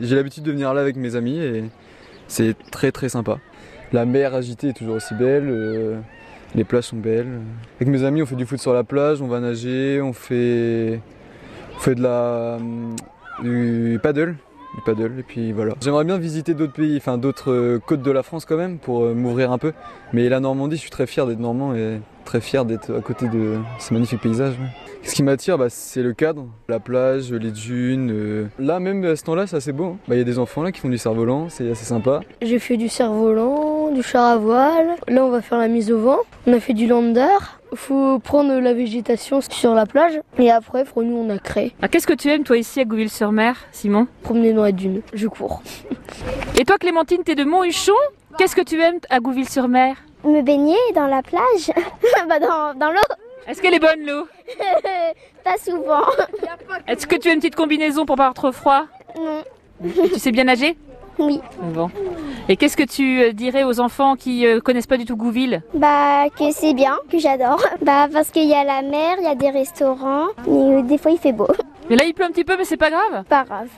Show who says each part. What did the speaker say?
Speaker 1: J'ai l'habitude de venir là avec mes amis et c'est très très sympa. La mer agitée est toujours aussi belle, euh, les plages sont belles. Avec mes amis, on fait du foot sur la plage, on va nager, on fait, on fait de la, hum, du paddle. Du paddle, et puis voilà. J'aimerais bien visiter d'autres pays, enfin d'autres euh, côtes de la France quand même, pour euh, m'ouvrir un peu. Mais la Normandie, je suis très fier d'être normand et très fier d'être à côté de ces magnifiques paysages. ouais. Ce qui m'attire, bah, c'est le cadre, la plage, les dunes. euh. Là, même à ce temps-là, c'est assez beau. hein. Bah, Il y a des enfants là qui font du cerf-volant, c'est assez sympa.
Speaker 2: J'ai fait du cerf-volant, du char à voile. Là, on va faire la mise au vent. On a fait du lander. Faut prendre la végétation sur la plage. Et après, pour nous, on a créé.
Speaker 3: Ah, Qu'est-ce que tu aimes, toi, ici, à Gouville-sur-Mer, Simon
Speaker 2: Promener dans la dune. Je cours.
Speaker 3: Et toi, Clémentine, t'es de Monthuchon Qu'est-ce que tu aimes à Gouville-sur-Mer
Speaker 4: Me baigner dans la plage bah Dans, dans l'eau
Speaker 3: Est-ce qu'elle est bonne, l'eau
Speaker 4: Pas souvent.
Speaker 3: Est-ce que tu as une petite combinaison pour pas avoir trop froid
Speaker 4: Non.
Speaker 3: Tu sais bien nager
Speaker 4: Oui.
Speaker 3: Bon. Et qu'est-ce que tu euh, dirais aux enfants qui euh, connaissent pas du tout Gouville
Speaker 4: Bah que c'est bien, que j'adore. Bah parce qu'il y a la mer, il y a des restaurants. Mais euh, des fois il fait beau.
Speaker 3: Mais là, il pleut un petit peu, mais c'est pas grave.
Speaker 4: Pas grave.